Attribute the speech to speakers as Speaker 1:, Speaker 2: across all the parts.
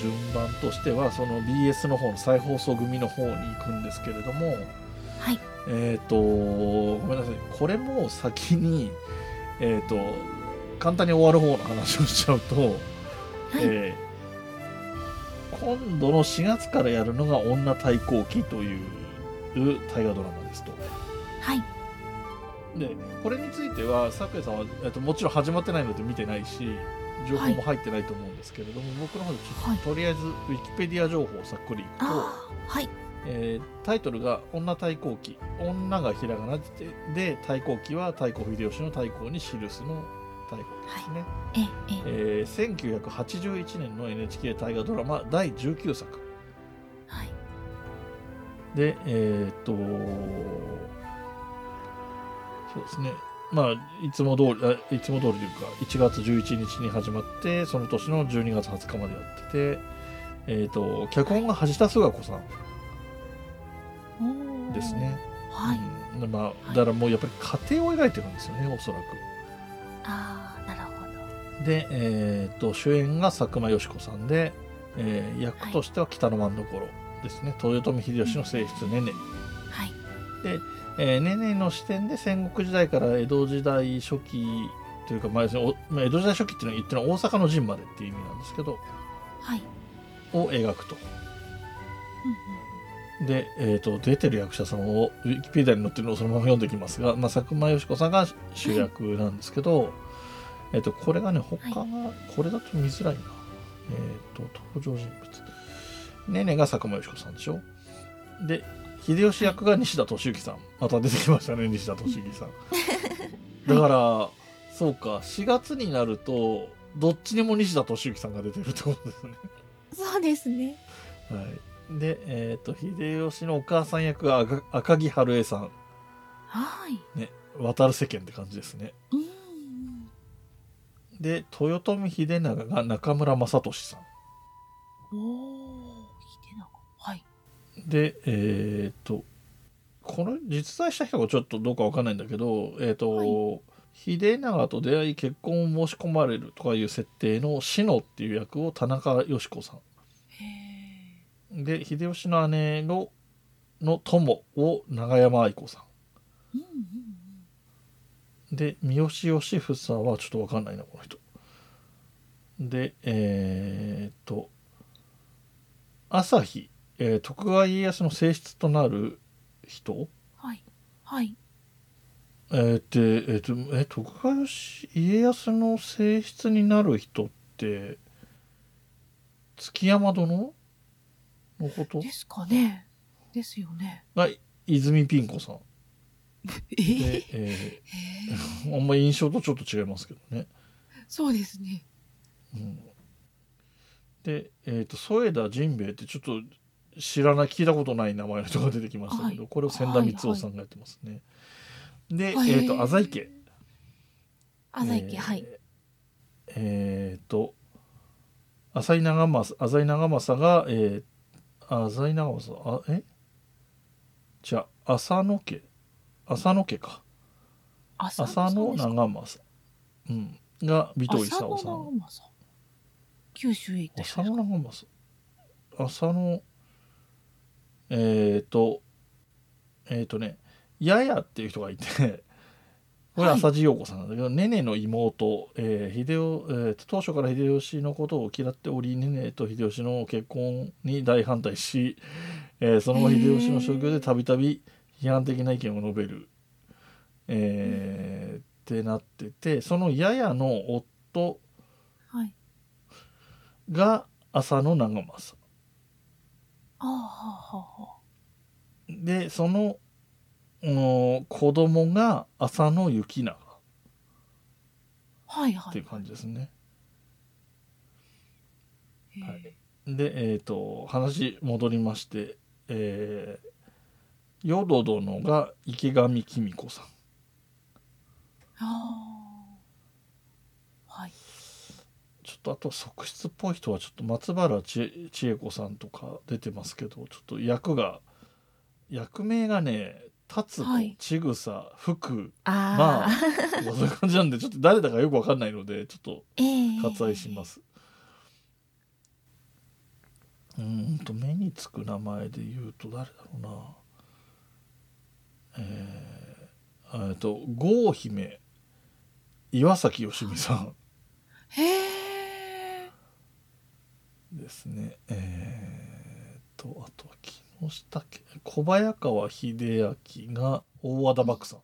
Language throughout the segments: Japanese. Speaker 1: 順番としてはその BS の方の再放送組の方に行くんですけれども
Speaker 2: はい
Speaker 1: えっ、とごめんなさいこれも先にえっ、と簡単に終わる方の話をしちゃうと、えー今度の4月からやるのが「女対抗期」という大河ドラマですと。
Speaker 2: はい
Speaker 1: でこれについては桜井さんは、えっと、もちろん始まってないので見てないし情報も入ってないと思うんですけれども、僕の方でちょっと、
Speaker 2: はい
Speaker 1: とりあえずウィキペディア情報をさっくりいくと、
Speaker 2: ああはい
Speaker 1: えータイトルが「女対抗記」女がひらがなでで対抗記は太閤秀吉の太閤に記すの太閤記ですね、
Speaker 2: えええ
Speaker 1: えー1981年の NHK 大河ドラマ第19作
Speaker 2: はい
Speaker 1: でえーっとそうですねまあいつも通りあいつも通りというか1月11日に始まってその年の12月20日までやっててえーっと脚本が橋田壽賀子さん
Speaker 2: おー
Speaker 1: ですね、
Speaker 2: はい
Speaker 1: うんまあ、だからもうやっぱり家庭を描いてるんですよねおそらく
Speaker 2: ああなるほど
Speaker 1: で、えーっと主演が佐久間よし子さんで、えー役としては北の真所ですね、豊臣秀吉の正室ねね
Speaker 2: はい
Speaker 1: えー、ねねの視点で戦国時代から江戸時代初期というか、まあ、要するにおまあ江戸時代初期っていうのは言ってるのは大阪の陣までっていう意味なんですけど
Speaker 2: はい
Speaker 1: を描くと
Speaker 2: うん
Speaker 1: で、えー、と出てる役者さんをウィキペディアに載ってるのをそのまま読んでいきますが、まあ、佐久間よし子さんが主役なんですけど、えー、とこれがね他が、これだと見づらいな、えー、と登場人物ねねが佐久間よし子さんでしょで秀吉役が西田敏行さんまた出てきましたね西田敏行さんだからそうか4月になるとどっちにも西田敏行さんが出てるってことですね
Speaker 2: うんそうですね
Speaker 1: はい、で、えー、と秀吉のお母さん役が赤赤木春恵さん
Speaker 2: はい
Speaker 1: ね渡る世間って感じですね
Speaker 2: うん
Speaker 1: で豊臣秀長が中村雅俊さ
Speaker 2: おお聞いてなかったはい
Speaker 1: んでえっ、とこの実在した人がちょっとどうかわかんないんだけどえっ、と、
Speaker 2: は
Speaker 1: 秀長と出会い結婚を申し込まれるとかいう設定の篠っていう役を田中佳子さん
Speaker 2: へえ
Speaker 1: で秀吉の姉のの友を永山愛子さん
Speaker 2: うんうんうん
Speaker 1: で三好義房はちょっと分かんないなこの人でえーっと朝日、えー徳川家康の正室となる人
Speaker 2: はいはい
Speaker 1: えー、でえーっとえ徳川家康の正室になる人って築山殿のこと
Speaker 2: ですかねですよね
Speaker 1: が泉ピン子さん
Speaker 2: え
Speaker 1: で
Speaker 2: ー、
Speaker 1: え
Speaker 2: えー
Speaker 1: ー あんま印象とちょっと違いますけどね
Speaker 2: そうですね
Speaker 1: うんで、えー、と添田甚兵衛ってちょっと知らない聞いたことない名前の人が出てきましたけど、
Speaker 2: はい
Speaker 1: これを千田光雄さんがやってますね。で、
Speaker 2: はい
Speaker 1: えー、と浅井家。
Speaker 2: 朝池、
Speaker 1: えー
Speaker 2: はい。
Speaker 1: えー、と浅井長政浅井長政が、えー、浅井長政あえじゃあ浅野家浅野家か
Speaker 2: 朝
Speaker 1: 浅野
Speaker 2: 長
Speaker 1: 長政、うん、が尾藤勲さん。
Speaker 2: さん。九州へ行った
Speaker 1: 浅
Speaker 2: 人
Speaker 1: 野長政浅野えっ、とえっ、とねややっていう人がいてこれ
Speaker 2: はい
Speaker 1: 浅地陽子さんなんだけど、ねねの妹、えー秀夫えーと当初から秀吉のことを嫌っておりねねと秀吉の結婚に大反対し、えーその後秀吉の所業でたびたび批判的な意見を述べる、えーってなっててそのややの夫
Speaker 2: はい。
Speaker 1: が浅野長政。
Speaker 2: ああ、はあ、はあ。
Speaker 1: でそのうん子供が浅野幸長
Speaker 2: はいは
Speaker 1: っていう
Speaker 2: い。
Speaker 1: 感じですね。
Speaker 2: へー
Speaker 1: はいで、えー、と話戻りまして、えー、ヨド殿が池上紀美子さん
Speaker 2: ああ。はい。
Speaker 1: ちょっとあと側室っぽい人はちょっと松原千恵千恵子さんとか出てますけどちょっと役が役名がね達子、
Speaker 2: はい
Speaker 1: ちぐさ福まあ
Speaker 2: ああ。
Speaker 1: そういう感じなんでちょっと誰だかよくわかんないのでちょっと
Speaker 2: ええ
Speaker 1: 割愛します。につく名前で言うと誰だろうなえーえっと郷姫岩崎良美さん
Speaker 2: へえ。
Speaker 1: ですねえー、とあとは木下家小早川秀明が大和田漠さん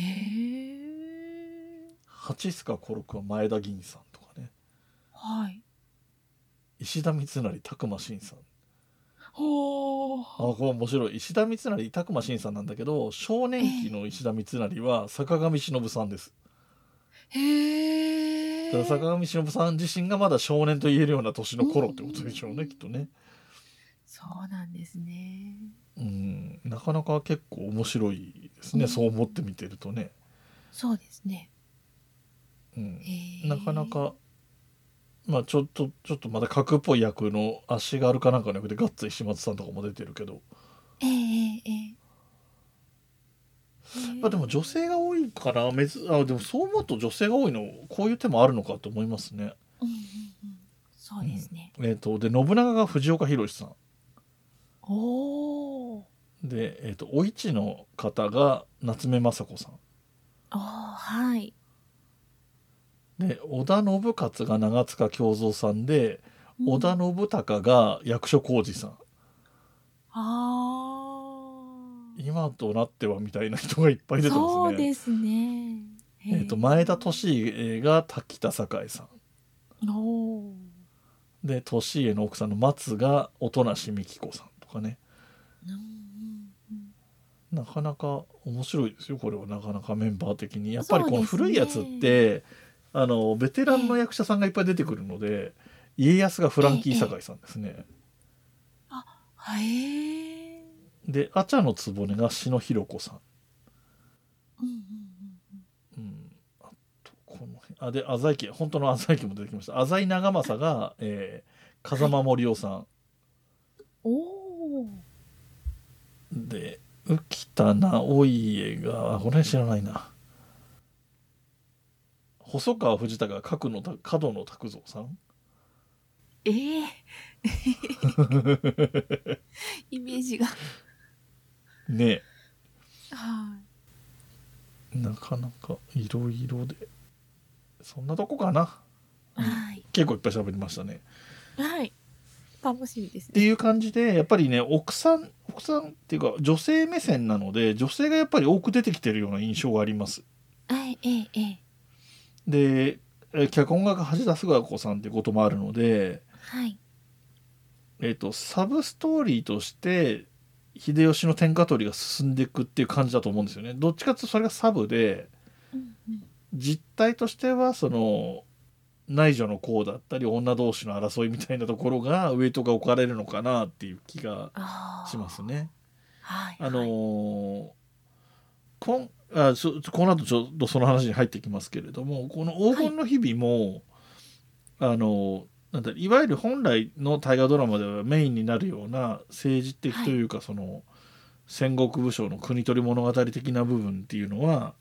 Speaker 2: へえ。
Speaker 1: 八須賀小六は前田銀さんとかね
Speaker 2: はい。
Speaker 1: 石田三成拓磨真さん
Speaker 2: ほ
Speaker 1: あこれ面白い石田三成拓磨真さんなんだけど少年期の石田三成は坂上忍さんです
Speaker 2: ー。へえ。
Speaker 1: ただ坂上忍さん自身がまだ少年と言えるような年の頃ってことでしょうね、
Speaker 2: うん
Speaker 1: きっとね
Speaker 2: そうなんですね。
Speaker 1: うんなかなか結構面白いですね、
Speaker 2: うん
Speaker 1: そう思って見てるとね、
Speaker 2: そうですね。
Speaker 1: うん
Speaker 2: へ、ー
Speaker 1: なかな。かまあちょっとちょっとまだ格っぽい役の足があるかなんかの役でガッツ石松さんとかも出てるけど、
Speaker 2: ええええええ。
Speaker 1: まあでも女性が多いからめずあでもそう思うと女性が多いのこういう手もあるのかと思いますね
Speaker 2: うんうんうん。そうですね。
Speaker 1: えー、とで信長が藤岡弘さん
Speaker 2: おお。
Speaker 1: で、えー、とお市の方が夏目雅子さん
Speaker 2: ああはい。
Speaker 1: で織田信勝が長塚京三さんで織田。信孝が役所広司さん
Speaker 2: あ
Speaker 1: 今となってはみたいな人がいっぱい
Speaker 2: あ。
Speaker 1: 出てま
Speaker 2: そ
Speaker 1: す
Speaker 2: う
Speaker 1: ね。
Speaker 2: ですね。え
Speaker 1: えー、と前田利家が滝田栄さん
Speaker 2: おお。
Speaker 1: で利家の奥さんの松が音無美紀子さんとかね
Speaker 2: うんうんうん
Speaker 1: なかなか面白いですよこれはなかなかメンバー的にやっぱりこの
Speaker 2: そうですね
Speaker 1: 古いやつって、あのベテランの役者さんがいっぱい出てくるので、家康がフランキー堺さんですね、
Speaker 2: はい。
Speaker 1: で阿茶の局が篠弘子さ
Speaker 2: うんうんうんうん。
Speaker 1: ん、うん、あとこの辺あで浅井家本当の浅井家も出てきました浅井長政が、えー風間森夫さん
Speaker 2: おお。
Speaker 1: で浮田直家があこの辺知らないな細川藤田が角のた角野卓造さん
Speaker 2: ええイメージが。
Speaker 1: ね
Speaker 2: は
Speaker 1: なかなかいろいろでそんなとこかな、
Speaker 2: い。はい。
Speaker 1: 結構いっぱい喋りましたね
Speaker 2: はい。楽しみです
Speaker 1: って
Speaker 2: ね。
Speaker 1: いう感じでやっぱりね奥さん奥さんっていうか女性目線なので女性がやっぱり多く出てきてるような印象があります
Speaker 2: はい、ええ、ええ。
Speaker 1: でえ脚本家が橋田壽賀子さんってこともあるので
Speaker 2: はい。
Speaker 1: えっとサブストーリーとして秀吉の天下取りが進んでいくっていう感じだと思うんですよねどっちかっていうとそれがサブで
Speaker 2: うんうん
Speaker 1: 実態としてはその内女の子だったり女同士の争いみたいなところがウエイトが置かれるのかなっていう気が
Speaker 2: ああ。
Speaker 1: します。ね。
Speaker 2: はい。
Speaker 1: あ
Speaker 2: はい、
Speaker 1: のーこんあそこの後ちょっとその話に入ってきますけれどもこの「黄金の日々も」あのーなんだいわゆる本来の大河ドラマではメインになるような政治的というか、その戦国武将の国取り物語的な部分っていうのは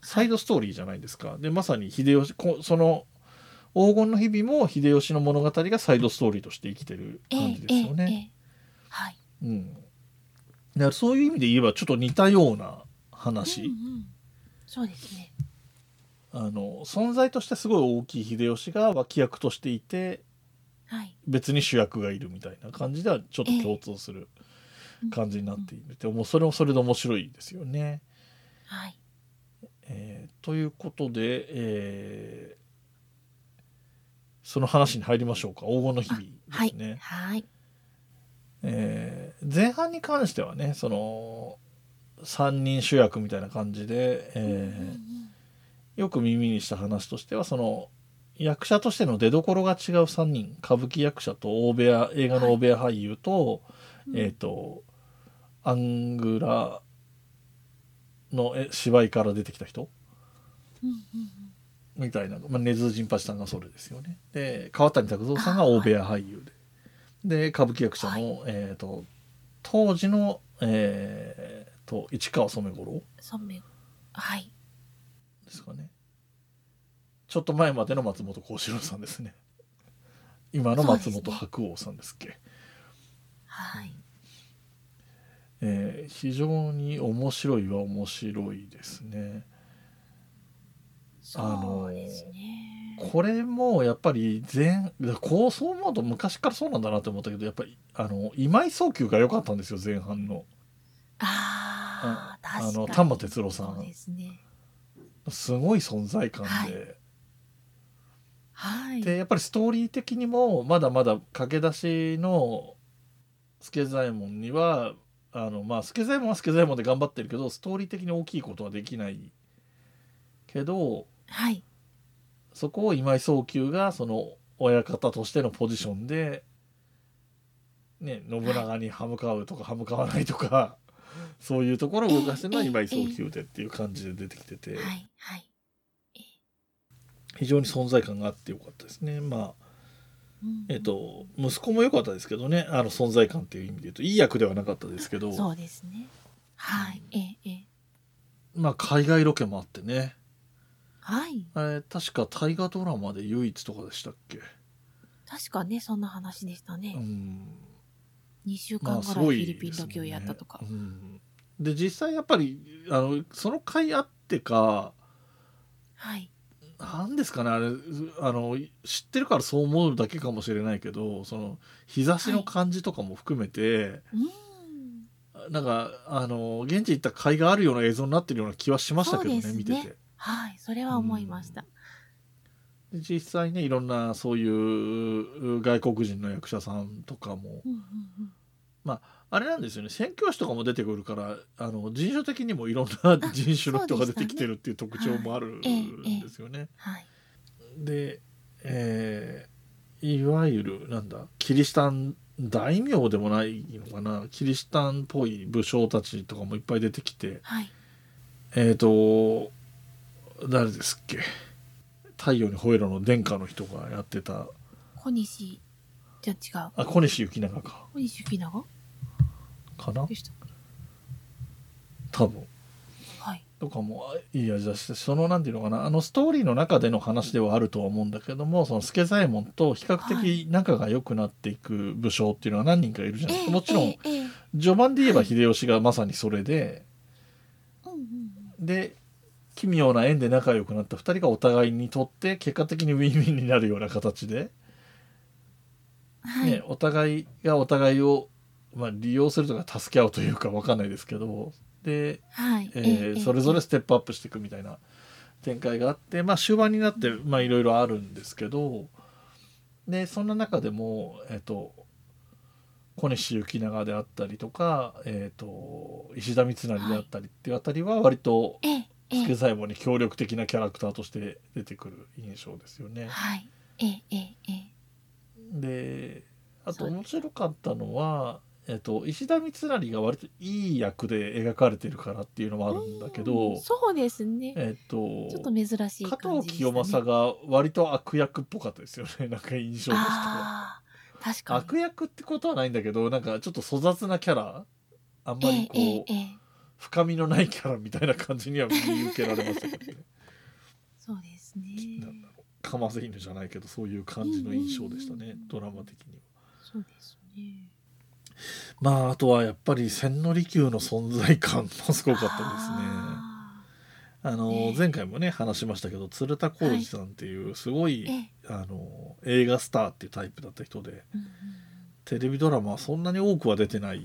Speaker 1: サイドストーリーじゃないですか。でまさに秀吉こその黄金の日々も秀吉の物語がサイドストーリーとして生きてる
Speaker 2: ええ
Speaker 1: 感じですよね。
Speaker 2: ええええはい。
Speaker 1: うん、だからそういう意味で言えばちょっと似たような話、
Speaker 2: うんうん。そうですね。
Speaker 1: あの存在としてすごい大きい秀吉が脇役としていて
Speaker 2: はい。
Speaker 1: 別に主役がいるみたいな感じではちょっと共通する感じになっているでもうそれもそれで面白いですよね。
Speaker 2: はい。
Speaker 1: えーということで、えーその話に入りましょうか黄金の日々
Speaker 2: は
Speaker 1: ですね。
Speaker 2: い。はい。
Speaker 1: えー前半に関してはねその3人主役みたいな感じで、えー
Speaker 2: うんうん
Speaker 1: よく耳にした話としてはその役者としての出どころが違う3人歌舞伎役者と大部屋映画の大部屋俳優と,、
Speaker 2: うん
Speaker 1: えー、とアングラのえ芝居から出てきた人
Speaker 2: うんうん
Speaker 1: みたいな、まあ、根津陣八さんがそれですよね。で川谷拓三さんが大部屋俳優で、で歌舞伎役者の、
Speaker 2: は
Speaker 1: えー、と当時の、えー、と市川染五郎
Speaker 2: うん。そうめん。はい。
Speaker 1: ですかねちょっと前までの松本幸四郎さんですね今の松本白鸚さんですっけ
Speaker 2: はい。
Speaker 1: えー非常に面白いは面白いですね。あの
Speaker 2: そうですね。
Speaker 1: これもやっぱり前こうそう思うと昔からそうなんだなって思ったけどやっぱりあの今井早急が良かったんですよ前半の
Speaker 2: ああ、確か
Speaker 1: あ
Speaker 2: に。
Speaker 1: の丹波哲郎さ
Speaker 2: そうんですね。
Speaker 1: すごい存在感で、
Speaker 2: はいはい。
Speaker 1: でやっぱりストーリー的にもまだまだ駆け出しの助左衛門にはあのまあ助左衛門は助左衛門で頑張ってるけどストーリー的に大きいことはできないけど
Speaker 2: はい。
Speaker 1: そこを今井宗久がその親方としてのポジションで、ね、信長に歯向かうとか歯向かわないとかそういうところを動かしてるのは今井宗久でっていう感じで出てきてて
Speaker 2: はい。はい。
Speaker 1: 非常に存在感があってよかったですね。まあ
Speaker 2: うん
Speaker 1: えっと、息子も良かったですけどねあの存在感っていう意味で言うといい役ではなかったですけど、
Speaker 2: そうですね。はい。ええ、ええ。
Speaker 1: まあ、海外ロケもあってね
Speaker 2: はい。
Speaker 1: あれ確か大河ドラマで唯一とかでしたっけ
Speaker 2: 確かね、そんな話でした
Speaker 1: う
Speaker 2: ね。
Speaker 1: ん
Speaker 2: 二週
Speaker 1: ま
Speaker 2: 間
Speaker 1: あ
Speaker 2: ぐ
Speaker 1: す
Speaker 2: らいフ
Speaker 1: ごい
Speaker 2: ィリピン
Speaker 1: です
Speaker 2: ロ
Speaker 1: ね
Speaker 2: ケをやったとか
Speaker 1: う。ん、で実際やっぱりあのその回あってか
Speaker 2: はい。
Speaker 1: 何ですかねあれあの知ってるからそう思うだけかもしれないけどその日差しの感じとかも含めて、
Speaker 2: うん。
Speaker 1: なんかあの現地行った甲斐があるような映像になってるような気はしましたけどね
Speaker 2: そうですね
Speaker 1: 見てて。
Speaker 2: はい。それは思いました。
Speaker 1: で実際ねいろんなそういう外国人の役者さんとかも
Speaker 2: うんうんうん。
Speaker 1: あれなんですよね宣教師とかも出てくるからあの人種的にもいろんな人種の人が出てきてるっていう特徴もあるん
Speaker 2: ええええ
Speaker 1: ですよね。
Speaker 2: はい。
Speaker 1: で、えーいわゆるなんだキリシタン大名でもないのかなキリシタンっぽい武将たちとかもいっぱい出てきて
Speaker 2: はい。
Speaker 1: えっ、と誰ですっけ太陽に吠えろの殿下の人がやってた
Speaker 2: 小西。じゃあ違う。
Speaker 1: あ小西行長か
Speaker 2: 小西幸長
Speaker 1: かな
Speaker 2: でした。
Speaker 1: 多分
Speaker 2: はい。
Speaker 1: とかもいい味だしそのなんていうのかなあのストーリーの中での話ではあるとは思うんだけどもその助左衛門と比較
Speaker 2: はい
Speaker 1: 的仲が良くなっていく武将っていうのは何人かいるじゃないですか、もちろ
Speaker 2: え
Speaker 1: ん
Speaker 2: え、ええ
Speaker 1: 序盤で言えば
Speaker 2: はい
Speaker 1: 秀吉がまさにそれで、
Speaker 2: うんうんうん。
Speaker 1: で奇妙な縁で仲良くなった2人がお互いにとって結果的にウィンウィンになるような形で、
Speaker 2: はい。
Speaker 1: ね、お互いがお互いを、まあ、利用するとか助け合うというか分かんないですけどで
Speaker 2: はい。
Speaker 1: えーそれぞれステップアップしていくみたいな展開があって、まあ、終盤になってまあいろいろあるんですけどでそんな中でも、えー、と小西行長であったりとか、えー、と石田三成であったりっていうあたりは割と
Speaker 2: ええ、え
Speaker 1: 助
Speaker 2: え、
Speaker 1: 左衛門に協力的なキャラクターとして出てくる印象ですよね。
Speaker 2: はい。ええ、ええ、ええ。
Speaker 1: であと
Speaker 2: そうです
Speaker 1: 面白かったのは、えー、と石田三成が割といい役で描かれてるからっていうのもあるんだけど。
Speaker 2: うんそうですね。
Speaker 1: えっと
Speaker 2: ちょっと珍しい感じでした、ね。
Speaker 1: 加藤清正が割と悪役っぽかったですよねなんか印象としては
Speaker 2: ああ、確かに。
Speaker 1: 悪役ってことはないんだけどなんかちょっと粗雑なキャラあんまり
Speaker 2: ええ
Speaker 1: こ、
Speaker 2: え
Speaker 1: う
Speaker 2: え、ええ。
Speaker 1: 深みのないキャラみたいな感じには見受けられま したけどね
Speaker 2: そうです
Speaker 1: なん
Speaker 2: ね
Speaker 1: だ。ろうかませ犬じゃないけどそういう感じの印象でした
Speaker 2: うんうん
Speaker 1: ね
Speaker 2: うん
Speaker 1: ドラマ的には
Speaker 2: そうですね。
Speaker 1: まああとはやっぱり千利休の存在感もすごかったですね
Speaker 2: あ
Speaker 1: あ
Speaker 2: ね
Speaker 1: の前回もね話しましたけど鶴田浩二さんっていうすごい、
Speaker 2: ーええ、
Speaker 1: あの映画スターっていうタイプだった人で
Speaker 2: うんうん
Speaker 1: テレビドラマはそんなに多くは出てない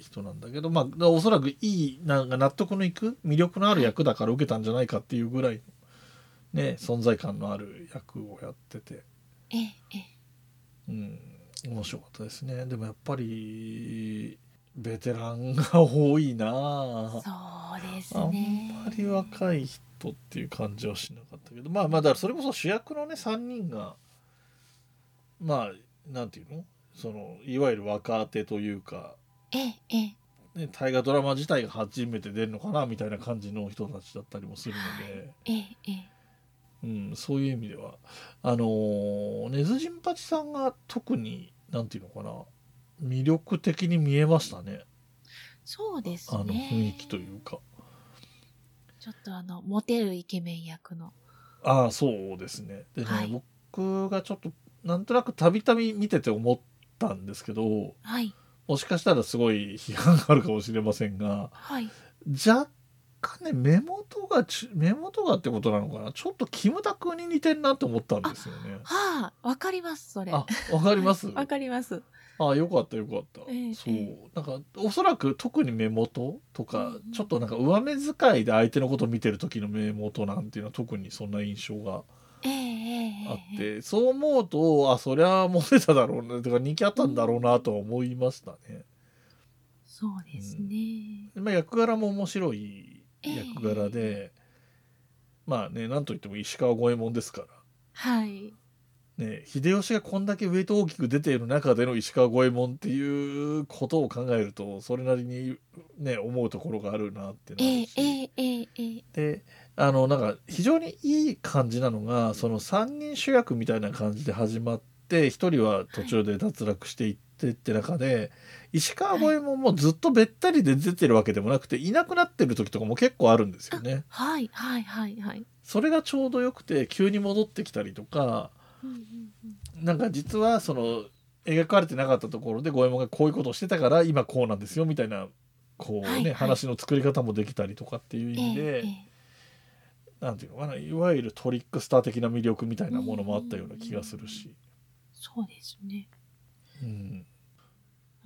Speaker 1: 人なんだけど、まあ、だからおそらくいいなんか納得のいく魅力のある役だから受けたんじゃないかっていうぐらいの、ね、存在感のある役をやってて、
Speaker 2: ええ、ええ。
Speaker 1: うん、面白かったですねでもやっぱりベテランが多いなあ
Speaker 2: そうです
Speaker 1: あん
Speaker 2: ね。
Speaker 1: まり若い人っていう感じはしなかったけどまあまあだからそれこそ主役のね3人がまあなんていうのそのいわゆる若手というか、
Speaker 2: ええ、ええ。
Speaker 1: ね、大河ドラマ自体が初めて出るのかなみたいな感じの人たちだったりもするので、
Speaker 2: ええ、ええ。
Speaker 1: うん、そういう意味ではあのー根津陣八さんが特になんていうのかな魅力的に見えましたね
Speaker 2: そうです
Speaker 1: あ
Speaker 2: ね。
Speaker 1: の雰囲気というか。
Speaker 2: ちょっとあの、モテるイケメン役の。
Speaker 1: ああそうですね。でね、
Speaker 2: はい
Speaker 1: 僕がちょっとなんとなくたびたび見てて思ったんですけど
Speaker 2: はい。
Speaker 1: もしかしたらすごい批判があるかもしれませんが
Speaker 2: はい。
Speaker 1: 若干ね目元がち目元がってことなのかなちょっとキムタクに似てんなと思ったんですよね。
Speaker 2: はあ、わかります、それ。
Speaker 1: あわかります
Speaker 2: わかります。
Speaker 1: あよかったよかった、
Speaker 2: ええ
Speaker 1: そう
Speaker 2: ええ
Speaker 1: なんかおそらく特に目元とか、
Speaker 2: うんうん
Speaker 1: ちょっとなんか上目遣いで相手のことを見てる時の目元なんていうのは特にそんな印象が
Speaker 2: ええええ
Speaker 1: あっ
Speaker 2: ええ
Speaker 1: て、そう思うとあそりゃモテただろうなとか人気あったんだろうなとは思いましたね、
Speaker 2: そうですね。
Speaker 1: まあ、役柄も面白い
Speaker 2: ええ
Speaker 1: 役柄で、まあねなんといっても石川五右衛門ですから。
Speaker 2: はい。
Speaker 1: ね、秀吉がこんだけウェイト大きく出ている中での石川五右衛門っていうことを考えるとそれなりに、ね、思うところがあるなってなる
Speaker 2: ええ
Speaker 1: し、
Speaker 2: ええええええ
Speaker 1: であのなんか非常にいい感じなのがその3人主役みたいな感じで始まって1人は途中で脱落していってって中で、石川五右衛門もずっとべったりで出てるわけでもなくていなくなってる時とかも結構あるんですよね。
Speaker 2: はいはいはいはい。
Speaker 1: それがちょうどよくて急に戻ってきたりとか
Speaker 2: うんうんうん
Speaker 1: なんか実はその描かれてなかったところで五右衛門がこういうことをしてたから今こうなんですよみたいなこうね、
Speaker 2: はいはい
Speaker 1: 話の作り方もできたりとかっていう意
Speaker 2: え
Speaker 1: 味で、
Speaker 2: ええ
Speaker 1: なんていうのかないわゆるトリックスター的な魅力みたいなものもあったような気がするし、
Speaker 2: そうですね。
Speaker 1: うん、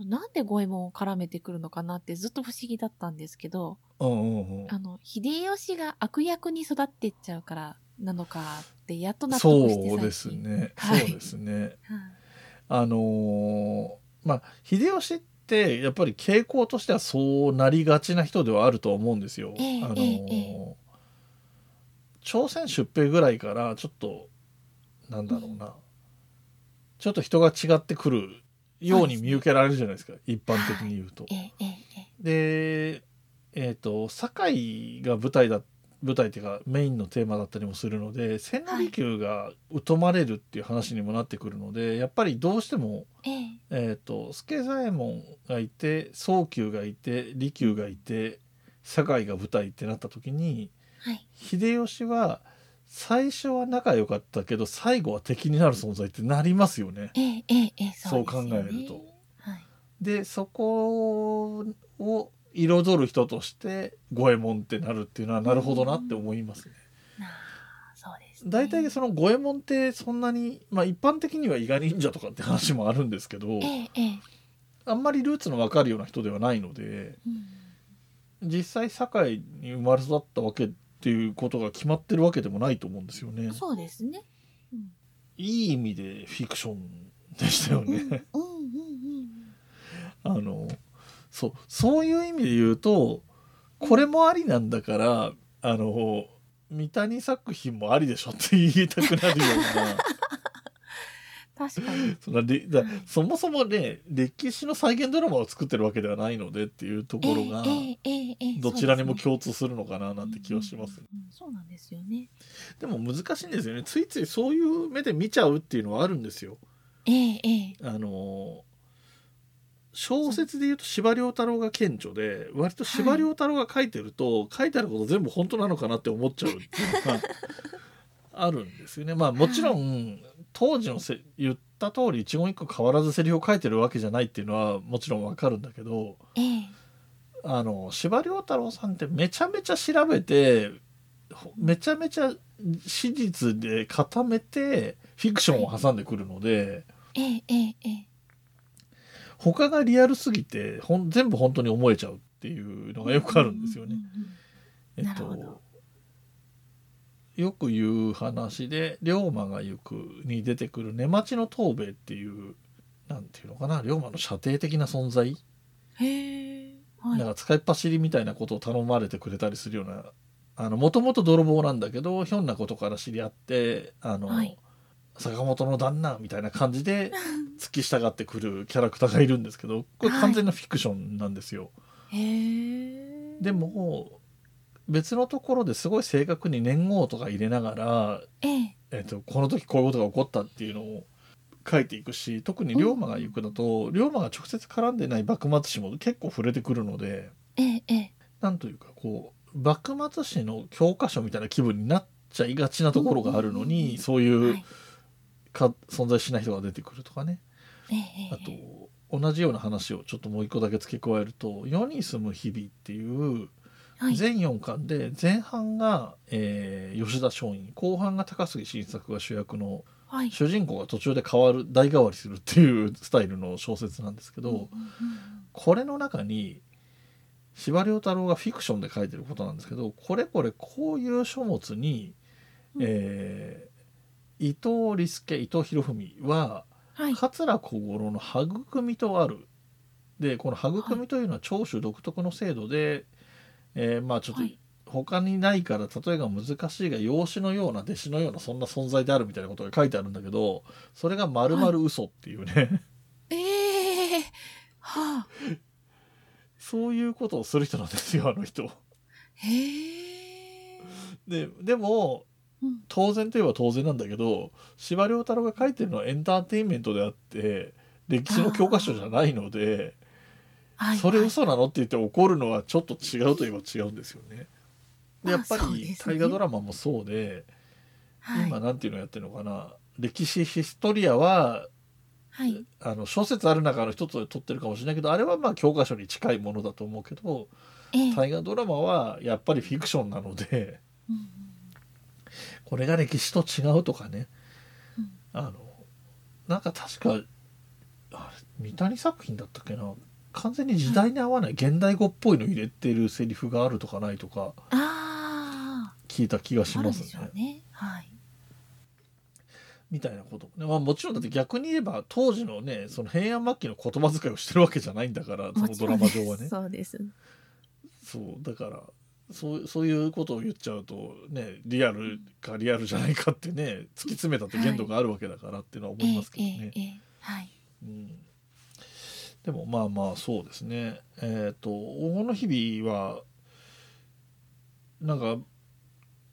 Speaker 2: なんで五右衛門を絡めてくるのかなってずっと不思議だったんですけど、
Speaker 1: うんうんうん
Speaker 2: あの、秀吉が悪役に育ってっちゃうからなのかって、やっと納
Speaker 1: そ
Speaker 2: 得して
Speaker 1: うです。ね、
Speaker 2: はい
Speaker 1: そうですね
Speaker 2: 最近はい
Speaker 1: あのーまあ秀吉ってやっぱり傾向としてはそうなりがちな人ではあると思うんですよ。
Speaker 2: ええ
Speaker 1: あの
Speaker 2: え
Speaker 1: ー
Speaker 2: え
Speaker 1: 朝鮮出兵ぐらいからちょっとなんだろうな、ちょっと人が違ってくるように見受けられるじゃないですか一般的に言うと。
Speaker 2: ええええ
Speaker 1: でえっ、と堺が舞台だ舞台っていうかメインのテーマだったりもするので千利休が疎まれるっていう話にもなってくるので、やっぱりどうしても
Speaker 2: えええ
Speaker 1: えー、と助左衛門がいて宗久がいて利休がいて堺が舞台ってなった時に
Speaker 2: えはい。
Speaker 1: 秀吉は最初は仲良かったけど最後は敵になる存在ってなりますよね。
Speaker 2: ええええええ
Speaker 1: そう
Speaker 2: ですよね
Speaker 1: 考えると。
Speaker 2: はい。
Speaker 1: でそこを彩る人として五右衛門ってなるっていうのはなるほどなって思いますね。
Speaker 2: なあ、そうです、ね。
Speaker 1: 大体その五右衛門ってそんなに、まあ、一般的には伊賀忍者とかって話もあるんですけど
Speaker 2: ええええ
Speaker 1: あんまりルーツの分かるような人ではないので。
Speaker 2: うん
Speaker 1: 実際堺に生まれ育ったわけっていうことが決まってるわけでもないと思うんですよね
Speaker 2: そうですね。うん
Speaker 1: いい意味でフィクションでしたよ
Speaker 2: うんうん
Speaker 1: ね、
Speaker 2: うんうん。
Speaker 1: あのそうそういう意味で言うとこれもありなんだからあの三谷作品もありでしょって言いたくなるような
Speaker 2: 確かに。
Speaker 1: そんなれだそもそもね歴史の再現ドラマを作ってるわけではないのでっていうところが
Speaker 2: ええええええ
Speaker 1: どちらにも
Speaker 2: そうです
Speaker 1: 共通
Speaker 2: ね
Speaker 1: するのかななんて気はしますね
Speaker 2: うんうんうんそうなんですよね。
Speaker 1: でも難しいんですよねついついそういう目で見ちゃうっていうのはあるんですよ。
Speaker 2: ええええ
Speaker 1: あのー小説で言うと司馬遼太郎が顕著で割と司馬遼太郎が書いてると、書いてあること全部本当なのかなって思っちゃうっていうのが あるんですよね。まあもちろん当時のせ言った通り一言一句変わらずセリフを書いてるわけじゃないっていうのはもちろんわかるんだけど
Speaker 2: ええ
Speaker 1: あの司馬遼太郎さんってめちゃめちゃ調べてほめちゃめちゃ史実で固めてフィクションを挟んでくるので
Speaker 2: ええええええ
Speaker 1: 他がリアルすぎてほん全部本当に思えちゃうっていうのがよくあるんですよね。。
Speaker 2: うんうんうん
Speaker 1: え
Speaker 2: ん
Speaker 1: っ
Speaker 2: なるほど
Speaker 1: とよく言う話で「龍馬が行く」に出てくる「根町の藤兵衛」っていうなんていうのかな龍馬の射程的な存在、
Speaker 2: へえ。
Speaker 1: なん
Speaker 2: は
Speaker 1: か使いっ走りみたいなことを頼まれてくれたりするようなあのもともと泥棒なんだけどひょんなことから知り合ってあの、
Speaker 2: はい
Speaker 1: 坂本の旦那みたいな感じ で付き従ってくるキャラクターがいるんですけどこれ完全なフィクションなんですよ。
Speaker 2: い。へえ。
Speaker 1: でも別のところですごい正確に年号とか入れながら、
Speaker 2: ええ
Speaker 1: えっとこの時こういうことが起こったっていうのを書いていくし特に龍馬が行くだと龍馬が直接絡んでない幕末史も結構触れてくるので。
Speaker 2: ええええ。
Speaker 1: なんというかこう幕末史の教科書みたいな気分になっちゃいがちなところがあるの
Speaker 2: うんうんうんう
Speaker 1: に
Speaker 2: ん
Speaker 1: そうい
Speaker 2: は
Speaker 1: う
Speaker 2: い
Speaker 1: か存在しない人が出てくるとかね
Speaker 2: ええええ
Speaker 1: あと
Speaker 2: え
Speaker 1: 同じような話をちょっともう一個だけ付け加えると「世に住む日々」っていう
Speaker 2: はい。
Speaker 1: 全4巻で前半が、えー吉田松陰後半が高杉晋作が主役の
Speaker 2: はい。
Speaker 1: 主人公が途中で変わる代替わりするっていうスタイルの小説なんですけど、
Speaker 2: うんうん
Speaker 1: これの中に司馬遼太郎がフィクションで書いてることなんですけどこれこれこういう書物に、
Speaker 2: うん
Speaker 1: えー伊藤利助伊藤博文は
Speaker 2: はい。
Speaker 1: 桂小五郎の「育み」とあるでこの「育み」というのは長州独特の制度で、えーまあちょっと
Speaker 2: はい
Speaker 1: 他にないから例えが難しいが養子のような弟子のようなそんな存在であるみたいなことが書いてあるんだけどそれがまるまる嘘っていうね、
Speaker 2: ええはあ。
Speaker 1: そういうことをする人なんですよあの人。
Speaker 2: へえ。
Speaker 1: ででも
Speaker 2: うん。
Speaker 1: 当然といえば当然なんだけど司馬遼太郎が書いてるのはエンターテインメントであって歴史の教科書じゃないので
Speaker 2: はい。
Speaker 1: それ
Speaker 2: はい
Speaker 1: 嘘なのって言って怒るのはちょっと違うといえば違うんですよね。で
Speaker 2: まあ
Speaker 1: やっぱ
Speaker 2: そう
Speaker 1: り
Speaker 2: ですね
Speaker 1: 大河ドラマもそうで
Speaker 2: はい
Speaker 1: 今。なんていうのやってるのかな歴史ヒストリアは
Speaker 2: はい。
Speaker 1: あの諸説ある中の一つで撮ってるかもしれないけどあれはまあ教科書に近いものだと思うけど
Speaker 2: ええ。
Speaker 1: 大河ドラマはやっぱりフィクションなので。
Speaker 2: うんうん
Speaker 1: これが歴史と違うとかね、
Speaker 2: うん
Speaker 1: あのなんか確かあれ三谷作品だったっけな完全に時代に合わない現代語っぽいの入れてるセリフがあるとかないとか
Speaker 2: あ
Speaker 1: 聞いた気が
Speaker 2: あ。
Speaker 1: し
Speaker 2: ある
Speaker 1: ま
Speaker 2: ん
Speaker 1: す
Speaker 2: で
Speaker 1: ね
Speaker 2: しょうね。はい。
Speaker 1: みたいなこともね、まあ、もちろんだって逆に言えば当時のねその平安末期の言葉遣いをしてるわけじゃないんだからそ
Speaker 2: も
Speaker 1: の
Speaker 2: ち
Speaker 1: ド
Speaker 2: ろ
Speaker 1: ラ
Speaker 2: ん
Speaker 1: マ
Speaker 2: で
Speaker 1: 上は
Speaker 2: す。
Speaker 1: ね。
Speaker 2: そうです。
Speaker 1: そうだからそうそういうことを言っちゃうとねリアルかリアルじゃないかってね突き詰めたって限度があるわけだからっていうのは思いますけどね。
Speaker 2: ええええはい。
Speaker 1: うんでもまあまあそうですねえっ、と黄金の日々はなんか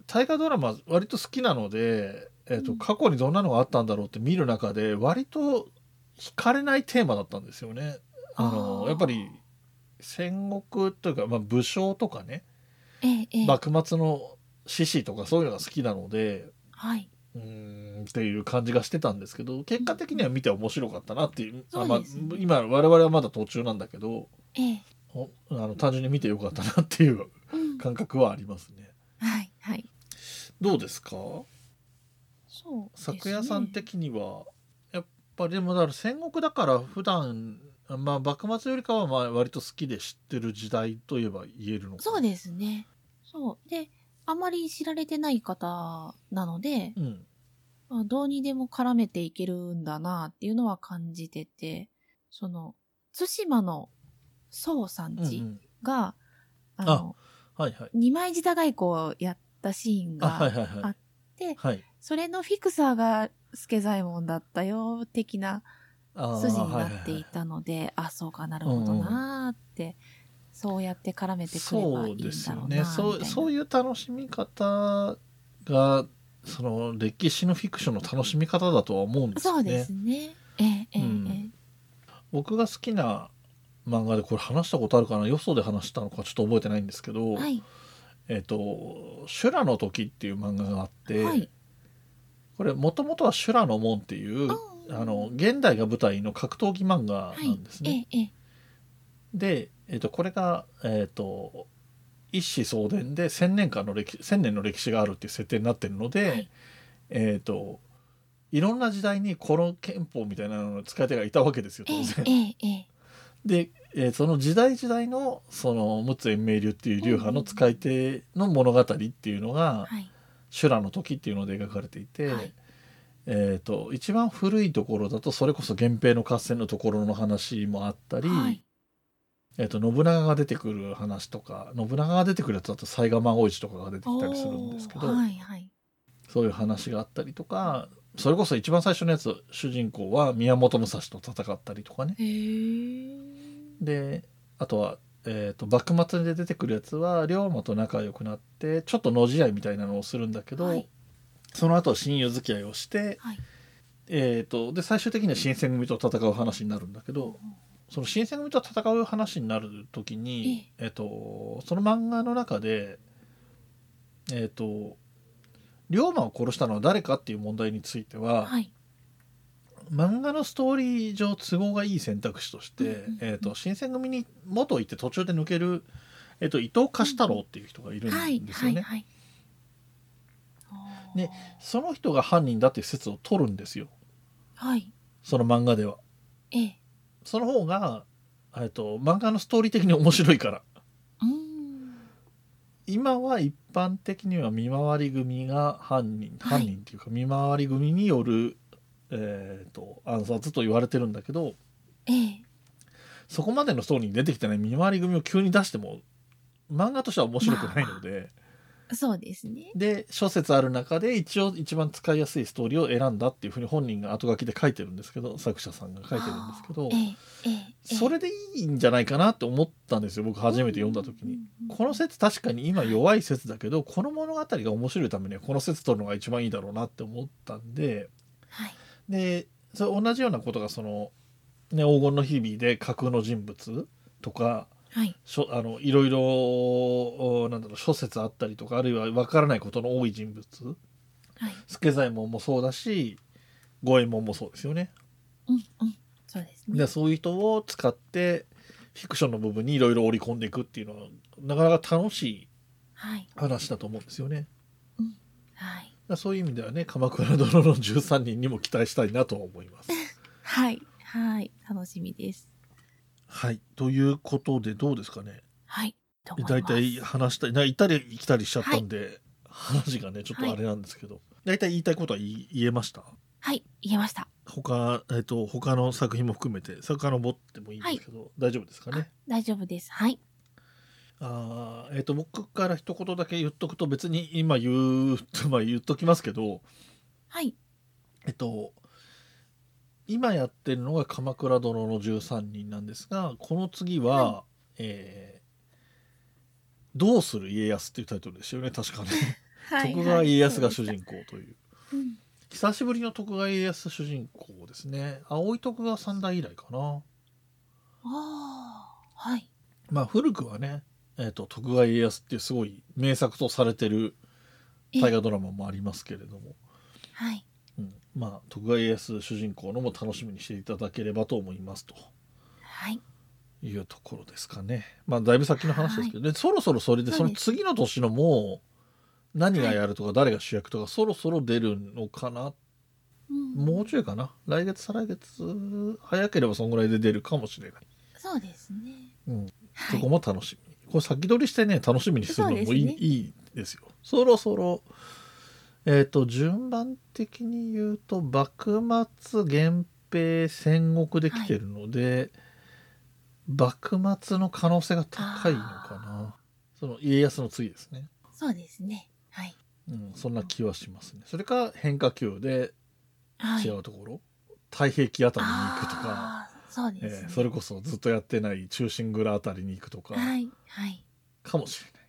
Speaker 1: 大河ドラマ割と好きなので、えーと
Speaker 2: うん
Speaker 1: 過去にどんなのがあったんだろうって見る中で割と惹かれないテーマだったんですよね。あの
Speaker 2: あー
Speaker 1: やっぱり戦国というか、まあ、武将とかね
Speaker 2: ええええ
Speaker 1: 幕末の志士とかそういうのが好きなので
Speaker 2: はい。
Speaker 1: うーんっていう感じがしてたんですけど結果的には見て面白かったなっていう、あまあ
Speaker 2: そうですね
Speaker 1: 今我々はまだ途中なんだけど
Speaker 2: ええ
Speaker 1: ほあの単純に見てよかったなっていう
Speaker 2: うん。
Speaker 1: 感覚はありますね。
Speaker 2: はいはい。
Speaker 1: どうですか
Speaker 2: そうですね。
Speaker 1: 作屋さん的にはやっぱりでもだから戦国だから普段まあ幕末よりかはまあ割と好きで知ってる時代といえば言えるのか
Speaker 2: そうですね。そう。で、あまり知られてない方なので、
Speaker 1: うん
Speaker 2: まあ、どうにでも絡めていけるんだなっていうのは感じてて、その、対馬の宋さん
Speaker 1: うんう
Speaker 2: ち
Speaker 1: ん
Speaker 2: が、あの、
Speaker 1: はいはい
Speaker 2: 二枚舌外交をやったシーン
Speaker 1: あはい
Speaker 2: が、
Speaker 1: はいは
Speaker 2: あ
Speaker 1: い
Speaker 2: で
Speaker 1: はい
Speaker 2: それのフィクサーが助左衛門だったよ、的な
Speaker 1: あー
Speaker 2: 筋に
Speaker 1: はい
Speaker 2: な
Speaker 1: はいはい
Speaker 2: っていたので、あ、そうかなるほどなーって、そうやって絡めてくればいいんだろうなーみたいな。
Speaker 1: そうそういう楽しみ方がその歴史のフィクションの楽しみ方だとは思うんです
Speaker 2: そ
Speaker 1: よ
Speaker 2: う
Speaker 1: ね
Speaker 2: ですね。ええええ
Speaker 1: うん
Speaker 2: え
Speaker 1: 僕が好きな漫画でこれ話したことあるかなよそで話したのかちょっと覚えてないんですけど
Speaker 2: え
Speaker 1: 「
Speaker 2: はい。
Speaker 1: えっと修羅の時」っていう漫画があって、
Speaker 2: はい。
Speaker 1: これもともとは「修羅の門」っていう
Speaker 2: うん
Speaker 1: あの現代が舞台の格闘技漫画
Speaker 2: は
Speaker 1: ないんですね。。
Speaker 2: ええええ
Speaker 1: で、えっとこれが、えっと一子相伝で1,000年間の歴1,000年の歴史があるっていう設定になってるので、
Speaker 2: はい
Speaker 1: えっ、といろんな時代にこの憲法みたいなのの使い手がいたわけですよ当然。
Speaker 2: ええええ
Speaker 1: で、えーその時代時代のその陸奥延明流っていう流派の使い手の物語っていうのが
Speaker 2: はい。
Speaker 1: 修羅の時っていうので描かれていて、
Speaker 2: はい
Speaker 1: えー、と一番古いところだとそれこそ源平の合戦のところの話もあったり、
Speaker 2: はい。
Speaker 1: えー、と信長が出てくる話とか信長が出てくるやつだと西賀万王一とかが出てきたりするんですけど、
Speaker 2: おーはいはい。
Speaker 1: そういう話があったりとかそれこそ一番最初のやつ主人公は宮本武蔵と戦ったりとかね
Speaker 2: へえ。
Speaker 1: であとは、えー、と幕末で出てくるやつは龍馬と仲良くなってちょっと野試合みたいなのをするんだけど、
Speaker 2: はい
Speaker 1: その後は親友付き合いをして、
Speaker 2: はい。
Speaker 1: えー、とで最終的には新選組と戦う話になるんだけどその新選組と戦う話になる時に、えー、とその漫画の中でえっ、と龍馬を殺したのは誰かっていう問題については、
Speaker 2: はい。
Speaker 1: 漫画のストーリー上都合がいい選択肢として、
Speaker 2: うんうんうん
Speaker 1: えー、と新選組に元行って途中で抜ける、えー、と伊藤貸太郎っていう人がいる
Speaker 2: はい
Speaker 1: んですよ
Speaker 2: は
Speaker 1: ね、
Speaker 2: いはい。
Speaker 1: ねその人が犯人だっていう説を取るんですよ
Speaker 2: あーはい。
Speaker 1: その漫画では
Speaker 2: ええ。
Speaker 1: その方が、えー、と漫画のストーリー的に面白いから
Speaker 2: うーん。
Speaker 1: 今は一般的には見回り組が犯人、
Speaker 2: はい
Speaker 1: 犯人っていうか見回り組による、えー、と暗殺と言われてるんだけど
Speaker 2: ええ。
Speaker 1: そこまでのストーリーに出てきてない見回り組を急に出しても漫画としては面白くないので、
Speaker 2: そうですね。
Speaker 1: で諸説ある中で一応一番使いやすいストーリーを選んだっていうふうに本人が後書きで書いてるんですけど作者さんが書いてるんですけど
Speaker 2: ええ。ええ。
Speaker 1: それでいいんじゃないかなって思ったんですよ僕初めて読んだ時に。。この説確かに今弱い説だけどこの物語が面白いためにはこの説取るのが一番いいだろうなって思ったんで
Speaker 2: はい。
Speaker 1: でそれ同じようなことがその、ね、黄金の日々で架空の人物とか
Speaker 2: はい。
Speaker 1: しょあのいろいろおなんだろう諸説あったりとかあるいは分からないことの多い人物
Speaker 2: はい。
Speaker 1: 助左衛門もそうだし五右衛門もそうですよね。
Speaker 2: うんうん。そうですね。
Speaker 1: でそういう人を使ってフィクションの部分にいろいろ織り込んでいくっていうのはなかなか楽しい
Speaker 2: はい。
Speaker 1: 話だと思うんですよね。
Speaker 2: はい。
Speaker 1: だからそういう意味ではね「鎌倉殿の13人」にも期待したいなとは思い ます。
Speaker 2: はい。はい。楽しみです。
Speaker 1: はいということでどうですかね
Speaker 2: はい。と思います
Speaker 1: 大体話したいな行ったり来たりしちゃったんで、話がねちょっとあれなんですけど、大体言いたいことは言い言えました
Speaker 2: はい。言えました。
Speaker 1: 他,、えっと他の作品も含めて遡ってもいいんですけど、大丈夫ですかね
Speaker 2: 大丈夫です。はい。
Speaker 1: あーえっと僕から一言だけ言っとくと別に今言う、 まあ、言っときますけど
Speaker 2: はい。
Speaker 1: えっと今やってるのが「鎌倉殿の13人」なんですがこの次は、えーどうする家康」っていうタイトルですよね確かね。 徳川家康が主人公という
Speaker 2: 公。うん
Speaker 1: 久しぶりの徳川家康主人公ですね葵徳川三代以来かな
Speaker 2: ああ。はい。
Speaker 1: まあ古くはね、えー、と徳川家康っていうすごい名作とされてる
Speaker 2: ええ
Speaker 1: 大河ドラマもありますけれども、
Speaker 2: はい。
Speaker 1: うん、まあ徳川家康主人公のも楽しみにしていただければと思いますと
Speaker 2: はい。
Speaker 1: いうところですかねまあだいぶ先の話ですけどね、そろそろそれで
Speaker 2: そう
Speaker 1: その
Speaker 2: です
Speaker 1: 次の年のもう何がやるとか誰が主役とかそろそろ出るのかなもうちょいかな来月再来月早ければそんぐらいで出るかもしれない、
Speaker 2: そうですね。
Speaker 1: うん
Speaker 2: は
Speaker 1: そこ
Speaker 2: い。
Speaker 1: も楽しみこれ先取りしてね楽しみにするのもいい,、
Speaker 2: そうですね
Speaker 1: いいですよそろそろえっ、と順番的に言うと幕末源平戦国で来てるので、幕末の可能性が高いのかなその家康の次ですね
Speaker 2: そうですね。はい。
Speaker 1: うんそんな気はしますねそれか変化球で
Speaker 2: はい。
Speaker 1: 違うところ、太平記あたりに行くとか
Speaker 2: ああー。そうで
Speaker 1: えー
Speaker 2: すね。
Speaker 1: それこそずっとやってない中心蔵あたりに行くとか
Speaker 2: はい。はい。
Speaker 1: かもしれない。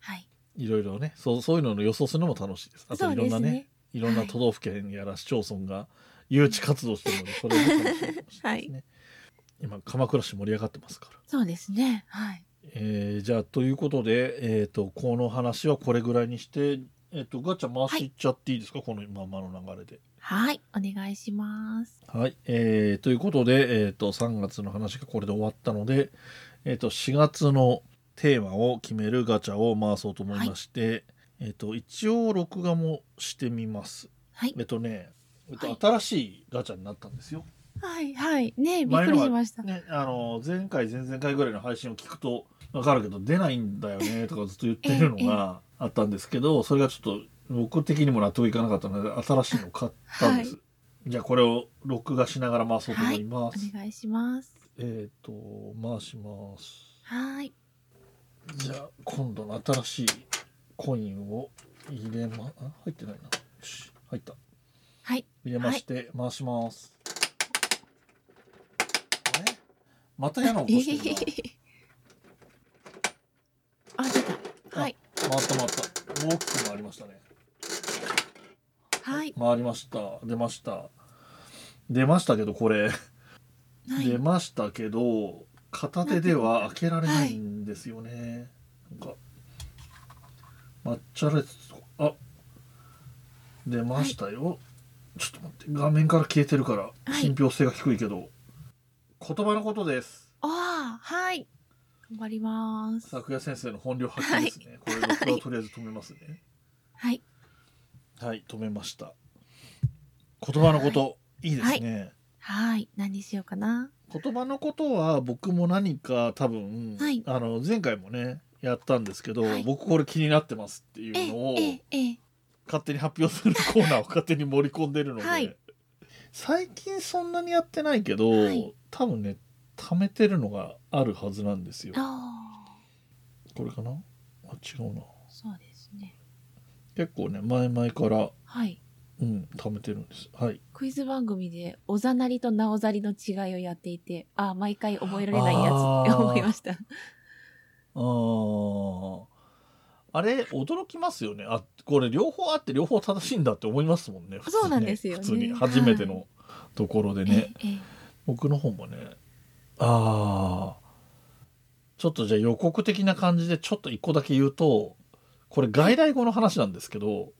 Speaker 2: はい。
Speaker 1: いろいろねそうそういうのの予想するのも楽しいです。あといろんなねいろんな
Speaker 2: はい
Speaker 1: 都道府県やら市町村が誘致活動してるのでそれも楽しいかもしれないですね。今鎌倉市盛り上がってますから。
Speaker 2: そうですね。はい。
Speaker 1: えーじゃあということで、えー、とこの話はこれぐらいにして、えー、とガチャ回していっちゃっていいですか、このままの流れで。
Speaker 2: はい。お願いします。
Speaker 1: はい、えーということで、えー、と3月の話がこれで終わったので、えー、と4月のテーマを決めるガチャを回そうと思いまして、えー、と一応録画もしてみます。
Speaker 2: はい
Speaker 1: え。っとね、えっと
Speaker 2: はい
Speaker 1: 新しいガチャになったんですよ。
Speaker 2: はい。はい。ねびっ
Speaker 1: 前
Speaker 2: く
Speaker 1: の
Speaker 2: り
Speaker 1: は
Speaker 2: しました。
Speaker 1: ね、あの前回前々回ぐらいの配信を聞くと分かるけど出ないんだよねとか ずっと言ってるのがあったんですけどそれがちょっと僕的にも納得いかなかったので新しいのを買ったんです。
Speaker 2: は
Speaker 1: じゃあこれを録画しながら回そうと思います。
Speaker 2: お願いします。
Speaker 1: えっ、と回します。
Speaker 2: はい。
Speaker 1: じゃあ今度の新しいコインを入れまあ入ってないな。よし入った。
Speaker 2: はい。
Speaker 1: 入れまして、回します。あれまた嫌 な音してるな。
Speaker 2: あ、出た。は
Speaker 1: 回っ
Speaker 2: い。
Speaker 1: た回った大きく回りましたね
Speaker 2: はい。
Speaker 1: 回りました出ました出ましたけどこれ、
Speaker 2: はい
Speaker 1: 出ましたけど片手では開けられないんですよね、なんか抹茶レッツあ出ましたよ、ちょっと待って画面から消えてるから
Speaker 2: い
Speaker 1: 信憑性が低いけど、言葉のことです
Speaker 2: ああ、はい。頑張ります。
Speaker 1: 昨夜先生の本領発揮ですね、これ録画をとりあえず止めますね
Speaker 2: はい。
Speaker 1: はい止めました言葉のこと、い、いですね、
Speaker 2: はい。何にしようかな。
Speaker 1: 言葉のことは僕も何か多分、
Speaker 2: はい
Speaker 1: あの前回もねやったんですけど、
Speaker 2: はい
Speaker 1: 僕これ気になってますっていう
Speaker 2: え、
Speaker 1: のを
Speaker 2: え、え、
Speaker 1: 勝手に発表するコーナーを勝手に盛り込んでるので、
Speaker 2: はい
Speaker 1: 最近そんなにやってないけど、
Speaker 2: はい
Speaker 1: 多分ね貯めてるのがあるはずなんですよ。
Speaker 2: あ
Speaker 1: これかなあ違うな
Speaker 2: あ、そうですね。
Speaker 1: 結構ね前々から、
Speaker 2: はい。
Speaker 1: うん、貯めてるんです。はい、
Speaker 2: クイズ番組で、おざなりとなおざりの違いをやっていて、ああ、毎回覚えられないやつって
Speaker 1: あー
Speaker 2: 思いました。
Speaker 1: あーあれ驚きますよねあこれ両方あって両方正しいんだって思いますもんね普通に
Speaker 2: そうなんですよね
Speaker 1: 普通に初めて
Speaker 2: は
Speaker 1: のところで
Speaker 2: え
Speaker 1: ね、
Speaker 2: え、え、
Speaker 1: 僕の方もねああちょっとじゃあ予告的な感じでちょっと一個だけ言うとこれ外来語の話なんですけど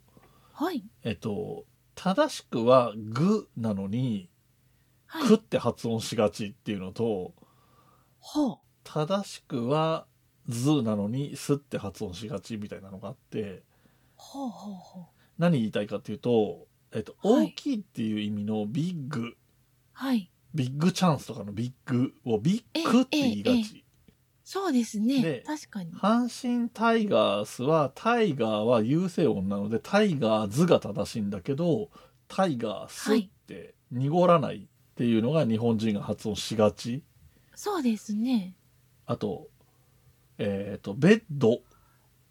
Speaker 2: はい。
Speaker 1: えっと正しくは「ぐ」なのに「
Speaker 2: は
Speaker 1: く」っ
Speaker 2: い。
Speaker 1: て発音しがちっていうのと
Speaker 2: ほう。
Speaker 1: 正しくは「ず」なのに「す」って発音しがちみたいなのがあって
Speaker 2: ほうほうほう。
Speaker 1: 何言いたいかっていうと、えっと、
Speaker 2: はい
Speaker 1: 大きいっていう意味の「ビッグ」
Speaker 2: はい。
Speaker 1: ビッグチャンスとかのビッグをビッグって言いが
Speaker 2: えええ
Speaker 1: ち。
Speaker 2: そうです
Speaker 1: で
Speaker 2: ね。確かに。
Speaker 1: 阪神タイガースはタイガーは優勢音なのでタイガーズが正しいんだけどタイガースって濁らないっていうのが日本人が発音しがち
Speaker 2: そうですね。
Speaker 1: あと,、えー、とベッド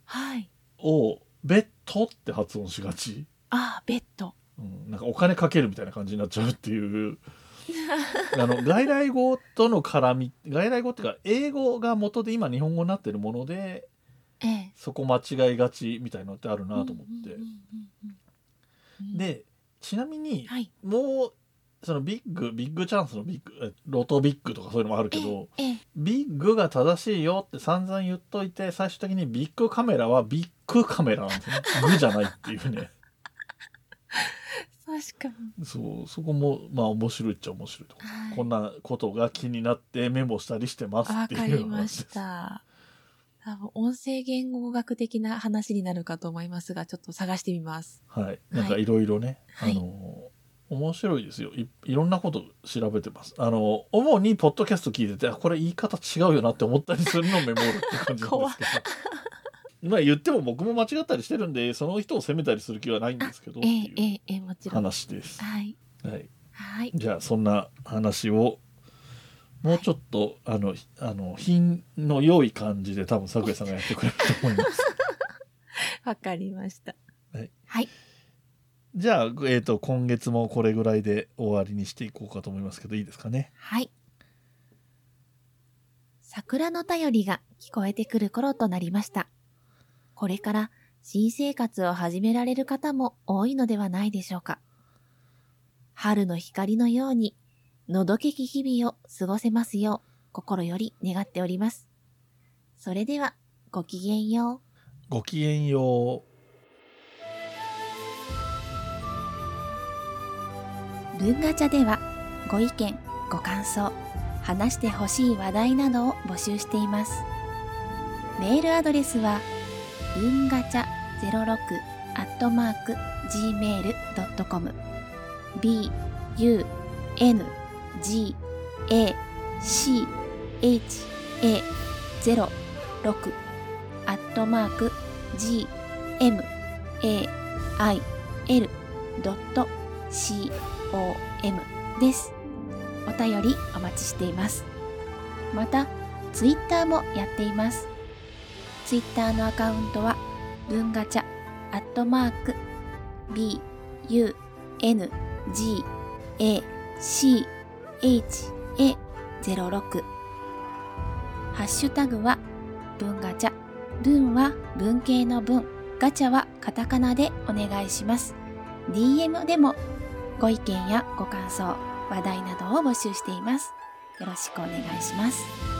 Speaker 2: はい。
Speaker 1: をベッドって発音しがち、
Speaker 2: ああ、ベッド。
Speaker 1: うん、なんかお金かけるみたいな感じになっちゃうっていう あの外来語との絡み外来語っていうか英語が元で今日本語になってるもので
Speaker 2: ええ。
Speaker 1: そこ間違いがちみたいのってあるなと思って。
Speaker 2: うんうんうんうん、
Speaker 1: でちなみに、
Speaker 2: はい。
Speaker 1: もうそのビッグビッグチャンスのビッグえロトビッグとかそういうのもあるけど
Speaker 2: ええ、
Speaker 1: ビッグが正しいよって散々言っといて最終的にビッグカメラはビッグカメラなんですねグじゃないっていうね
Speaker 2: 確かに。
Speaker 1: そうそこもまあ面白いっちゃ面白いとこ
Speaker 2: はい
Speaker 1: こんなことが気になってメモしたりしてます
Speaker 2: わ
Speaker 1: っていう
Speaker 2: かりま
Speaker 1: 話
Speaker 2: し
Speaker 1: です
Speaker 2: た。多分音声言語学的な話になるかと思いますが、ちょっと探してみます。
Speaker 1: はいなんかいろいろね、
Speaker 2: はい
Speaker 1: あの面白いですよいいろんなこと調べてますあの主にポッドキャスト聞いててあこれ言い方違うよなって思ったりするのをメモるって感 じなんですけどまあ言っても僕も間違ったりしてるんでその人を責めたりする気はないんですけどっ
Speaker 2: え
Speaker 1: て
Speaker 2: え、え
Speaker 1: いう
Speaker 2: え、ええ、もちろん。は
Speaker 1: 話です、
Speaker 2: い。
Speaker 1: はい、
Speaker 2: はい。
Speaker 1: じゃあそんな話をもうちょっと、あのひあの品の良い感じで多分咲夜さんがやってくれると思います
Speaker 2: わかりました。
Speaker 1: はい。
Speaker 2: はい。
Speaker 1: じゃあ、えー、と今月もこれぐらいで終わりにしていこうかと思いますけどいいですかね。
Speaker 2: はい。桜の便りが聞こえてくる頃となりました。これから新生活を始められる方も多いのではないでしょうか。春の光のように、のどけき日々を過ごせますよう心より願っております。それでは、ごきげんよう。
Speaker 1: ごきげんよう。
Speaker 3: 文ガチャではご意見ご感想話してほしい話題などを募集していますメールアドレスは文ガチャ06アットマーク gmail.com b u n g a c h a 06アットマーク g m a i l ドット c OM です。お便りお待ちしています。また、ツイッターもやっています。ツイッターのアカウントは、文ガチャ、アットマーク、B、U、N、G、A、C、H、A、06。ハッシュタグは、文ガチャ。文は文系の文、ガチャはカタカナでお願いします。DM でもご意見やご感想、話題などを募集しています。よろしくお願いします。